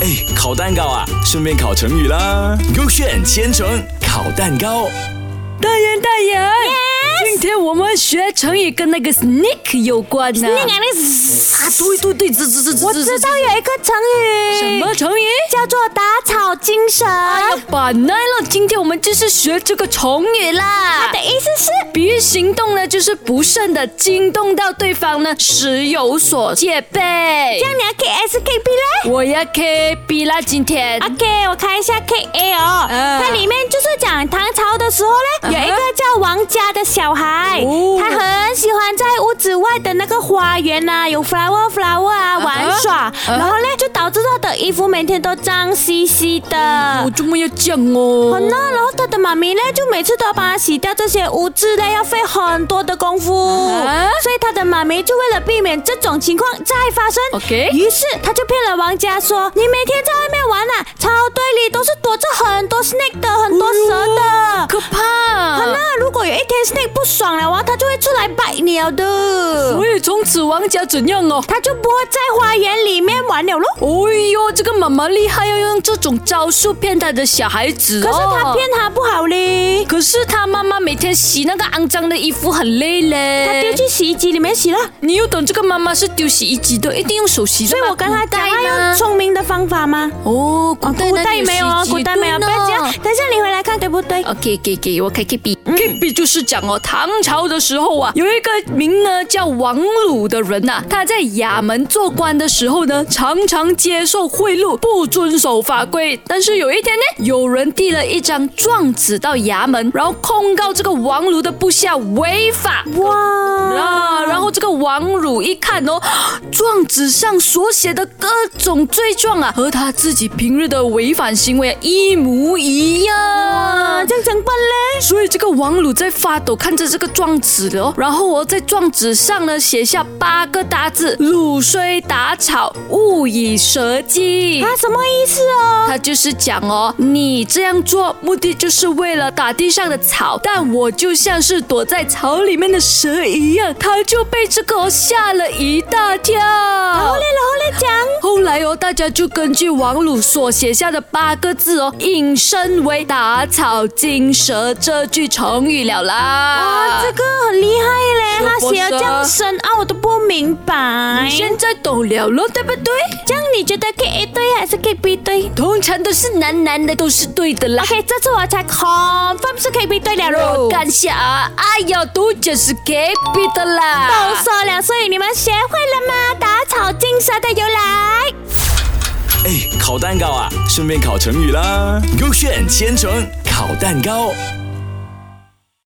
哎，烤蛋糕啊，顺便烤成语啦。勾选千层烤蛋糕，大人，大人今天我们学成语跟那个 sneak 有关呢、那个那个啊，对对对，这这这这，我知道有一个成语，什么成语？叫做打草惊蛇。哎呀，板奈了！今天我们就是学这个成语啦。它的意思是比喻行动呢，就是不慎的惊动到对方呢，时有所戒备这。样，你要 K S K B 嘞我要 K B 啦，今天。 ？OK，我看一下 K A 哦，嗯它里面就是讲唐朝的时候嗯嘞，有哼一个叫王家的小孩哦，他很喜欢在屋子外的那个花园呐，有 flower flower 啊哼玩耍，嗯哼然后嘞就导致他的衣服每天都脏兮兮的。我怎么要讲哦？哦，那然后他的妈咪呢，就每次都要帮他洗掉这些污渍呢，要费很多的功夫。啊所以他的妈咪就为了避免这种情况再发生 OK 于是他就骗了王家说：“你每天在外面玩啊，草堆里都是躲着很多 snake 的，很多蛇的。可怕！啊那如果有一天 snake 不爽了哇，他就会出来拜你了的所。以从此王家怎样哦？他就不会在花园里面玩了喽。哦呦，这个妈妈厉害，要用这种招数骗她的小孩子、哦。可是他骗他不好嘞，可是他妈妈每天洗那个肮脏的衣服很累嘞。他丢去洗衣机里面洗了。”你又懂这个妈妈是丢洗衣机的，一定用手洗的所吗。以我跟他讲，古代他吗用聪明的方法吗？哦，古代古哪里代有洗衣机没有啊，古代没有，不对要呢这样。等一下你回来看对不对？ OK，给给我开 K B K B 就是讲哦，唐朝的时候啊，有一个名呢叫王鲁的人呐、他在衙门做官的时候呢，常常接受贿赂，不遵守法规。但是有一天呢，有人递了一张状纸到衙门，然后控告这个王鲁的部下违法。哇，啊，然后这个王汝一看哦，状纸上所写的各种罪状啊，和他自己平日的违反行为啊一模一样。这样怎么办嘞？所以这个王汝在发抖，看着这个状纸的哦，然后我、在状纸上呢写下八个大字：汝虽打草，勿以蛇击。啊，什么意思哦？他就是讲哦，你这样做目的就是为了打地上的草，但我就像是躲在草里面的蛇一样，他就被这个、哦、吓了一大跳。后来，然后来讲，后来哦，大家就根据王鲁所写下的八个字哦，引申为“打草惊蛇”这句成语了啦。啊，这个很厉害嘞，他说不写的这样是深啊奥，我都不明白你。现在懂了咯，对不对？这样你觉得 K A 对还是 K B 对通常都是男男的都是对的啦。 ？OK，这次我才 confirm 是 K B 对了我喽。看下啊，哎呀，都就是给比的都啦。说了，所以你们学会了吗？打草惊蛇的由来。哎，烤蛋糕啊，顺便烤成语啦。勾选千层烤蛋糕。